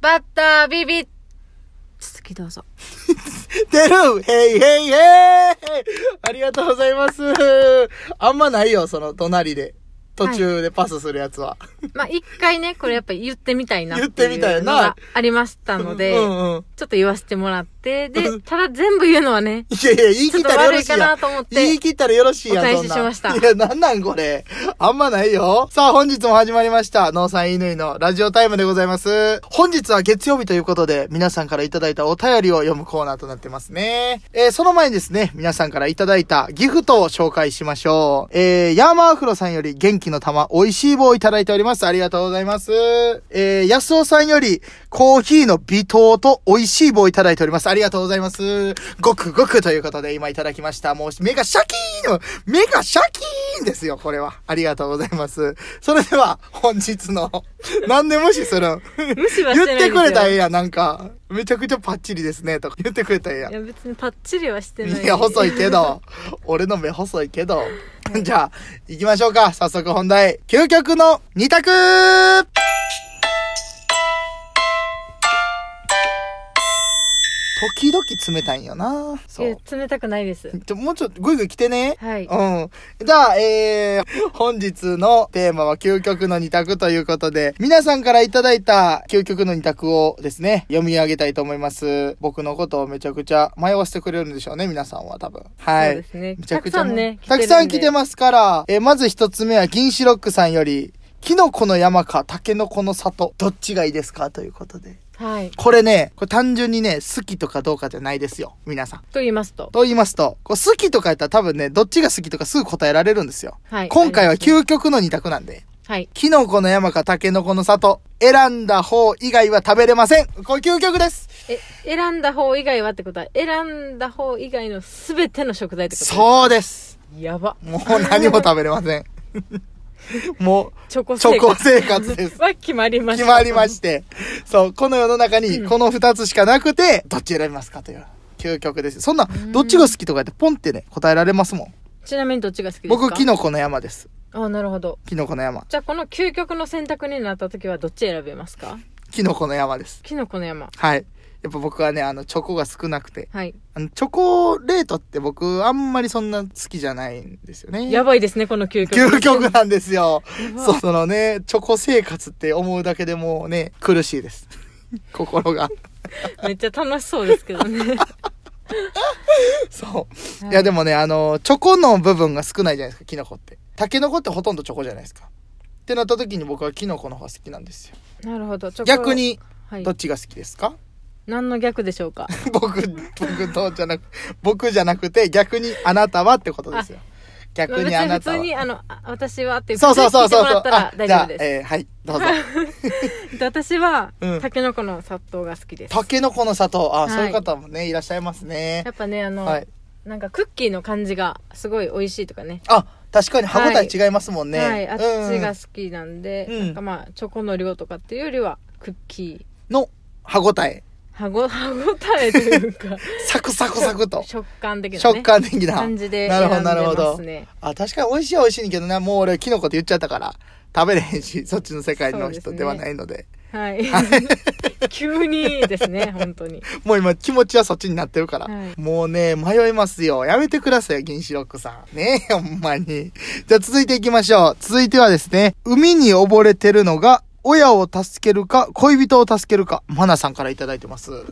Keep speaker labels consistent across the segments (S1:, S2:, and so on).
S1: かった、ビビ。続きどうぞ。
S2: てるへいへいへいありがとうございます。あんまないよ、その隣で。途中でパスするやつは。
S1: まあ、一回ね、これやっぱり言ってみたいな
S2: 言ってみたいな
S1: のがありましたので、
S2: うんうん。
S1: ちょっと言わせてもらって、で、ただ全部言うのはね、
S2: いやいや、言い切ったらよろしいやん。
S1: ちょっと悪いかなと思って
S2: 言い切ったらよろしいやん、
S1: お返
S2: そ
S1: し
S2: んな
S1: しました
S2: いや、なんなんこれ。あんまないよ。さあ、本日も始まりました。農産犬犬のラジオタイムでございます。本日は月曜日ということで、皆さんからいただいたお便りを読むコーナーとなってますね。えーその前にですね、皆さんからいただいたギフトを紹介しましょう。えー、ヤーマアフロさんより元気の玉、美味しい棒をいただいております。ありがとうございます。えー、安尾さんよりコーヒーの微糖と美味しい棒をいただいております。ありがとうございます。ごくごくということで今いただきました。もう目がシャキーン目がシャキーンですよ、これは。ありがとうございます。それでは、本日の、 なんで無視する ん
S1: 無視はしないんで
S2: 言って
S1: す
S2: て
S1: よ。
S2: くれたらええやん、なんか。めちゃくちゃパッチリですね、とか言ってくれたらええやん
S1: い。や、別にパッチリはしてない。
S2: いや、細いけど。俺の目細いけど。じゃあ、行きましょうか。早速本題。究極の二択時々冷たいんよな。そ。
S1: いうや冷たくないです。
S2: ちょ、もうちょっと、ぐいぐい来てね。
S1: はい。
S2: うん。じゃあ、えー、本日のテーマは究極の二択ということで、皆さんからいただいた究極の二択をですね、読み上げたいと思います。僕のことをめちゃくちゃ迷わせてくれるんでしょうね、皆さんは多分。はい。
S1: そうですね
S2: めちゃくちゃ
S1: たくさんね
S2: たくさ
S1: 来てるん
S2: ん
S1: で
S2: 来てますから、えーまず一つ目は銀シロックさんより、キノコの山か、タケノコの里、どっちがいいですかということで。
S1: はい。
S2: これね、これ単純にね、好きとかどうかじゃないですよ、皆さん。
S1: と言いますと。
S2: と言いますと、こう好きとかやったら多分ね、どっちが好きとかすぐ答えられるんですよ。
S1: はい。
S2: 今回は
S1: ありますね
S2: 究極の二択なんで、
S1: はい。
S2: キノコの山かタケノコの里、選んだ方以外は食べれません。これ究極です。
S1: え、選んだ方以外はってことは、選んだ方以外のすべての食材ってことう。
S2: そうです。
S1: やば。
S2: もう何も食べれません。 も
S1: チョコ
S2: う、チョコ
S1: 生
S2: 生活です
S1: 活。 は決まりまし
S2: 決
S1: た。
S2: まりまして。そう、この世の中にこの二つしかなくて、どっち選びますかという。究極です。そんな、どっちが好きとかやってポンってね、答えられますもん。
S1: ちなみにどっちが好きですか
S2: 僕、キノコの山です。
S1: あ、なるほど。
S2: キノコの山。
S1: じゃあこの究極の選択になった時はどっち選べますか
S2: キノコの山です。
S1: キノコの山。
S2: はい。やっぱ僕はね、あの、チョコが少なくて。
S1: はい。
S2: あの、チョコレートって僕、あんまりそんな好きじゃないんですよね。
S1: やばいですね、この究極。
S2: 究極なんですよ
S1: や。ば
S2: そうそのね、チョコ生活って思うだけでもうね、苦しい です。心が。
S1: めっちゃ楽しそうですけ どね。
S2: そう。
S1: はい
S2: いや、でもね、あの、チョコの部分が少ないじゃないですか、キノコって。タケノコってほとんどチョコじゃないですか。ってなった時に僕はキノコの方が好きなんですよ。
S1: なるほど。チョコ
S2: 逆。に、
S1: はい
S2: ど。っちが好きですか、
S1: 何の逆でしょうか
S2: 僕、僕とじゃなく、僕じゃなくて、逆にあなたはってことですよ。逆 にあなた
S1: 別
S2: は。
S1: に、あの、あ私はっていう
S2: そうそうそうそう
S1: 聞いても
S2: そ
S1: ら
S2: う
S1: っ。たら大丈
S2: じゃあ
S1: 夫、です。
S2: えーはい、どうぞ。
S1: で私は、
S2: うん
S1: タケノコの砂糖が好きです。
S2: タケノコの砂糖。あ、
S1: はい
S2: そういう方もね、いらっしゃいますね
S1: や。っぱね、あの、
S2: はい。
S1: なんかクッキーの感じがすごい美味しいとかね。
S2: あ、確かに歯応え違いますもんね。
S1: はい、あっちが
S2: うん
S1: 好きなんで、
S2: うん
S1: なんかまあ、チョコの量とかっていうよりは、クッキー、
S2: の歯応え。
S1: 歯ご、 歯ごたえというか、
S2: サクサクサクと。
S1: 食感的な、ね、
S2: 食感的な。
S1: 感じで
S2: な
S1: 選
S2: る
S1: んで
S2: ほど、なるほ
S1: ま
S2: ど
S1: す。ね。
S2: あ、確かに美味しいは美味しいけどな、もう俺、キノコって言っちゃったから、食べれへんし、そっちの世界の人ではないので。
S1: はい。 急にですね、本当に。
S2: もう今気持ちはそっちになってるから。
S1: はい
S2: もうね、迷いますよ。やめてくださいよ、銀シロックさん。ね え、ほんまに。じゃあ続いていきましょう。続いてはですね、海に溺れてるのが、親を助けるか、恋人を助けるか、マナさんからいただいてます。
S1: は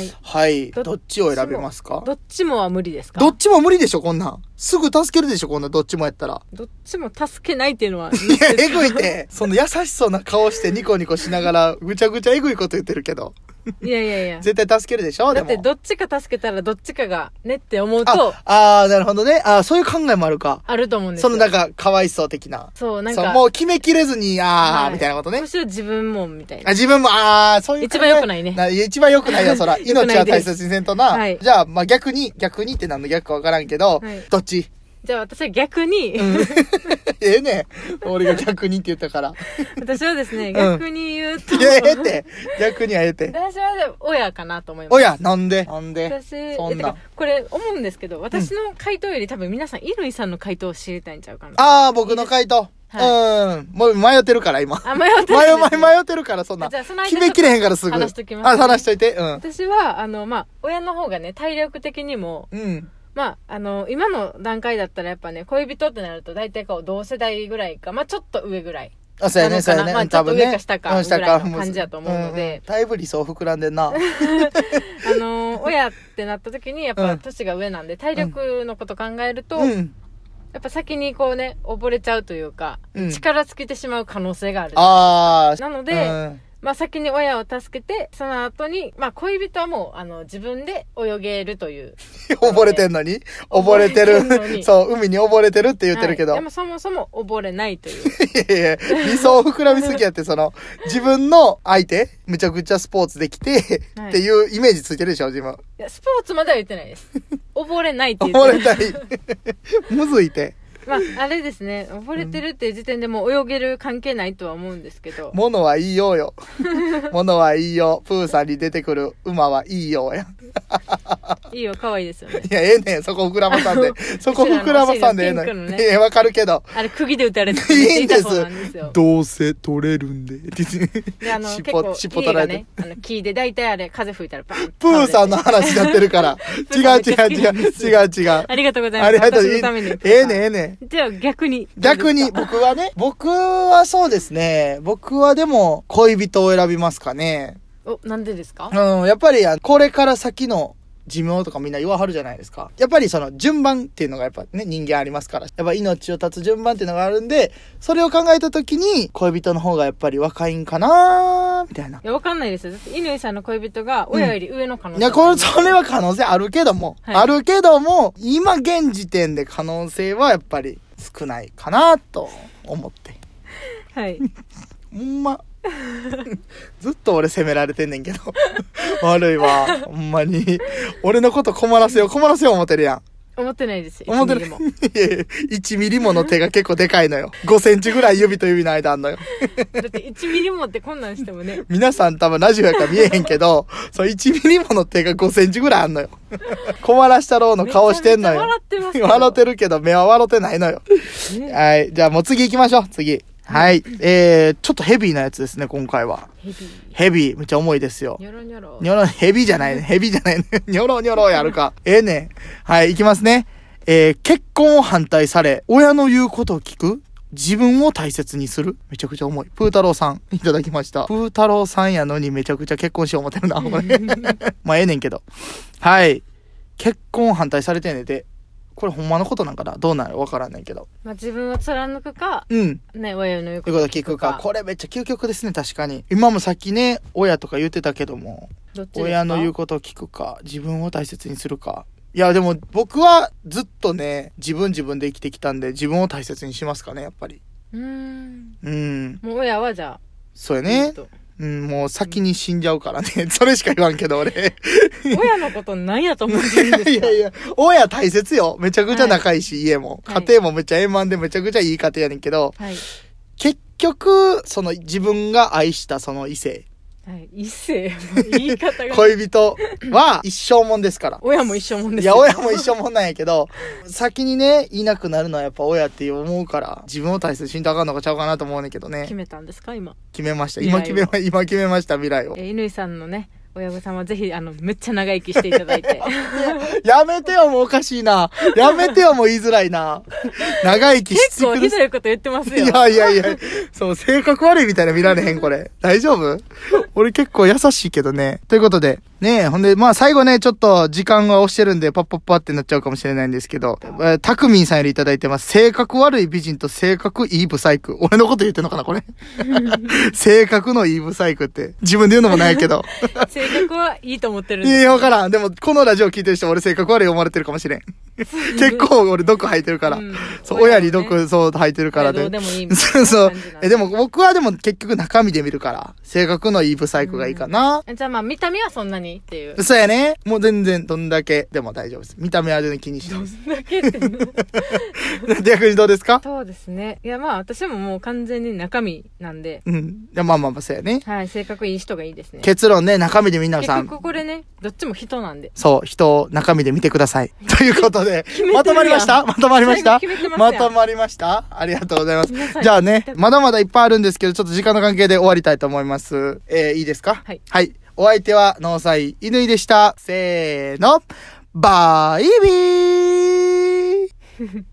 S1: い。
S2: はい。
S1: ど
S2: どっちを選べますか
S1: どっちもは無理ですか
S2: どっちも無理でしょ、こんなん。すぐ助けるでしょ、こんなん、どっちもやったら。
S1: どっちも助けないっていうのは、
S2: いや、えぐいて。その優しそうな顔してニコニコしながら、ぐちゃぐちゃえぐいこと言ってるけど。
S1: いやいやいや。
S2: 絶対助けるでしょ、で
S1: だ
S2: も。
S1: ってどっちか助けたらどっちかがねって思うと、
S2: あ、あーなるほどね。あーそういう考えもあるか。
S1: あると思うんです
S2: そ
S1: よ。
S2: のなんか、かわいそう的な。
S1: そう、なん
S2: そ
S1: か、
S2: う、もう決めきれずに、あー、
S1: はい
S2: みたいなことね
S1: む。しろ自分もみたい
S2: あ
S1: な。
S2: 自分も、あー、そういう考え。
S1: 一番良くないね
S2: 一番良くない よ、そら。
S1: 良くないです
S2: 命は大切にせんとな。
S1: はい
S2: じゃあ、まあ逆に、逆にって何の逆かわからんけど、
S1: はい
S2: どっち
S1: じゃあ私は逆に、
S2: ええねん俺が逆にって言ったから。
S1: 私はですね、
S2: ん
S1: 逆に言うと、
S2: いや、ええって。逆にはええって。
S1: 私は親かなと思います。
S2: おや、なんでなんで
S1: 私、え
S2: そん
S1: て
S2: な
S1: か。これ思うんですけど、私の回答より多分皆さん、乾さんの回答を知りたいんちゃうかな。
S2: あー、僕の回答。
S1: はい。
S2: うん。もう迷ってるから、今。
S1: あ、迷って
S2: 迷
S1: るんです
S2: 迷迷ってるから、そんな。
S1: じゃあその間
S2: 決めきれへんから、すぐ。
S1: 話しときます
S2: あ、話しといて。うん。
S1: 私は、あの、まあ、親の方がね、体力的にも、
S2: うん。
S1: まあ、あの、今の段階だったらやっぱね、恋人ってなると大体こう、同世代ぐらいか、まあ、ちょっと上ぐらい。
S2: あ、そうや
S1: な
S2: ね、
S1: の
S2: そ
S1: か
S2: う
S1: な
S2: やね。
S1: まあ
S2: うん多分ね
S1: ちょっと上か下か
S2: うん下
S1: ぐらいの感じやと思うので
S2: んんだいぶ理想膨らんでんな。
S1: あ の、親ってなった時に、やっ
S2: う
S1: ぱ、
S2: ん
S1: 年が上なんで、体力のこと考えると、
S2: う
S1: や
S2: ん。
S1: っぱ先にこうね、溺れちゃうというか、
S2: うん
S1: 力尽きてしまう可能性がある。
S2: ああ。
S1: なの
S2: う
S1: で、
S2: ん
S1: まあ、先に親を助けて、その後に、まあ、恋人はもう、あの、自分で泳げるという。
S2: 溺れてんのに溺れ
S1: 溺
S2: て
S1: れてんの
S2: る。
S1: に
S2: そう、海に溺れてるって言ってるけど。
S1: はいいで
S2: や
S1: もそもそも溺れないという。
S2: いやいや、理想膨らみすぎやって、その、自分の相手、むちゃくちゃスポーツできて、
S1: はい
S2: っていうイメージついてるでしょ、自分。
S1: いや、スポーツまでは言ってないです。溺れないって言っ
S2: 溺
S1: て
S2: れ
S1: る。
S2: たい。むずいて。
S1: まあ、あれですね、溺れてるっていう時点でもう泳げる関係ないとは思うんですけど、
S2: 物はいいようよ。物はいいよ。プーさんに出てくる馬はいいようや。
S1: いいよ、可愛いですよね。
S2: いや、ええねん、そこ膨らまさんで。そこ膨らまさんでええの
S1: 後ろの
S2: に。
S1: 欲しいのピンクの
S2: い
S1: ね
S2: や、わかるけど。
S1: あれ、釘で打たれて
S2: いいんです
S1: そうなんですよ。
S2: どうせ取れるんで。
S1: で、あの、
S2: 尻
S1: 結
S2: 尾、
S1: 構、
S2: 尻尾
S1: 家
S2: 取ら
S1: が
S2: れて
S1: ね、あの、木で、大体あれ、風吹いたらバン
S2: プーさんの
S1: 倒れて
S2: 話になって るから。違う違う違う。違う違う。
S1: ありがとうございます。
S2: ありがとう。
S1: 私
S2: え
S1: のために。プー
S2: え
S1: さん
S2: ねんえ。えね
S1: じゃあ、逆に。
S2: ん。逆に、
S1: どうですか
S2: 僕はね、僕はそうですね、僕はでも、恋人を選びますかね。
S1: お、なんでですか
S2: うん、やっぱり、あこれから先の寿命とかみんな言わはるじゃないですか。やっぱりその順番っていうのがやっぱね、人間ありますから。やっぱ命を絶つ順番っていうのがあるんで、それを考えた時に、恋人の方がやっぱり若いんかなーみたいな。
S1: いや、わかんないですよ。だって、乾さんの恋人が、親より上の可能性
S2: いや、これ、それは可能性あるけども、
S1: はい
S2: あるけども、今現時点で可能性はやっぱり少ないかなと思って。
S1: はい。
S2: ほんま。 ずっと俺責められてんねんけど。 悪いわ。ほんまに。俺のこと困らせよう、困らせよう思ってるやん。
S1: 思ってないですよ。
S2: 思ってる。
S1: 一ミ
S2: い
S1: リ
S2: や
S1: も
S2: いや、1ミリもの手が結構でかいのよ。5センチぐらい指と指の間あんのよ。
S1: だって、1ミリもってこんなんしてもね、
S2: 皆さん多分ラジオやから見えへんけど、 そう1ミリもの手が5センチぐらいあんの よ。困らしたろうの顔してんの
S1: め
S2: よ。
S1: ちゃめちゃ笑ってますよ
S2: 笑ってるけど、目は笑ってないのよ。
S1: ね
S2: はい。じゃあもう次行きましょう。次。はい。えー、ちょっとヘビーなやつですね、今回は。
S1: ヘビー。
S2: ヘビー。めっちゃ重いですよ。
S1: ニョロニョロ。
S2: ニョロ、ヘビーじゃないね。ヘビーじゃないね。 ニョロニョロやるか。ええねん。はい、行きますね。えー、結婚を反対され、親の言うことを聞く自分を大切にするめちゃくちゃ重い。プー太郎さん、いただきました。プー太郎さんやのにめちゃくちゃ結婚しよう思ってるな、 これ。まあ、ええねんけど。はい。結婚反対されてんねんて。これほんまのことなんかなどうなるわからんねんけど。
S1: まあ、自分を貫くか、
S2: うん。
S1: ね、親の言うこ
S2: ということ
S1: と
S2: を聞くか。これめっちゃ究極ですね、確かに。今もさっきね、親とか言ってたけども、
S1: どっちですか
S2: 親の言うことを聞くか、自分を大切にするか。いや、でも僕はずっとね、自分自分で生きてきたんで、自分を大切にしますかね、やっぱり。
S1: うーん。
S2: うん。
S1: もう親はじゃあ、
S2: そうや
S1: ずっ
S2: ね。
S1: と
S2: うん、もう先に死んじゃうか らね。それしか言わんけど、俺。
S1: 親のことなんやと思ってるんですか
S2: いやいや、親大切よ。めちゃくちゃ仲いいし、家も。
S1: は
S2: 家
S1: い
S2: 庭もめっちゃ円満でめちゃくちゃいい家庭やねんけど、
S1: はい。
S2: 結局、その自分が愛したその異性、
S1: はい。一世、もう言い方が。
S2: 恋人は一生もんですから。
S1: 親も一緒もんで
S2: い
S1: すよ
S2: や、親も一緒もんなんやけど、先にね、いなくなるのはやっぱ親って思うから、自分を大切にしんとあかんのかちゃうかなと思うねんけど
S1: 決
S2: ね。
S1: めたんですか今。
S2: 決めました。今
S1: 未
S2: 決
S1: 来を
S2: めま、今決めました、未来を。
S1: えー、乾さんのね、親御さんはぜひ、あの、めっちゃ長生きしていただい て。
S2: やめてよ、もうおかしいな。やめてよ、もう言いづらいな。長生きし
S1: 結
S2: て
S1: 構
S2: く
S1: ひ
S2: だ
S1: ど
S2: さい。
S1: いこと言ってます
S2: い
S1: よ。
S2: やいやいや、そう、性格悪いみたいな見られへん、これ。大丈夫俺結構優しいけどね。ということで、ねえ、ほんで、まあ最後ね、ちょっと時間が押してるんで、パッパッパってなっちゃうかもしれないんですけど、えータクミンさんよりいただいてます。性格悪い美人と性格いいブサイク。俺のこと言ってんのか な、これ。性格のいいブサイクって。自分で言うのもない けど。
S1: 性格はいいと思ってるん
S2: い
S1: で
S2: や、
S1: す。
S2: わからん。でも、このラジオ聞いてる人、俺性格悪い思われてるかもしれん。結構俺毒吐いてるから。
S1: うん
S2: そう、親に毒、
S1: 親も
S2: そう吐いてるから
S1: 親
S2: で。
S1: どうでもいいみたいな
S2: そうそう
S1: 感じなん。で
S2: え、でも僕はでも結局中身で見るから、性格のいいブサイクがいいかな。
S1: じゃあまあ、見た目はそんなにっていう。
S2: そうやね。もう全然どんだけでも大丈夫です。見た目は全然気にしてま
S1: だけってね
S2: す。で逆にどうですか
S1: そうですね。いや、まあ、私ももう完全に中身なんで、
S2: うん。いや、まあまあまあ、そうやね。
S1: はい、性格いい人がいいですね。
S2: 結論ね、中身でみんな
S1: 結
S2: さん。
S1: 局これね、どっちも人なんで。
S2: そう、人を中身で見てください。ということこと
S1: め
S2: で
S1: てる、やん
S2: まとまり ましたまとまりました
S1: 最後決めてます
S2: ま
S1: やん
S2: とまりましたありがとうございます
S1: ごめんなさ。い
S2: じゃあね、まだまだいっぱいあるんですけど、ちょっと時間の関係で終わりたいと思います。えー、いいですか
S1: はい
S2: はい。お相手は、ノーサイ乾でした。せーの、バイビー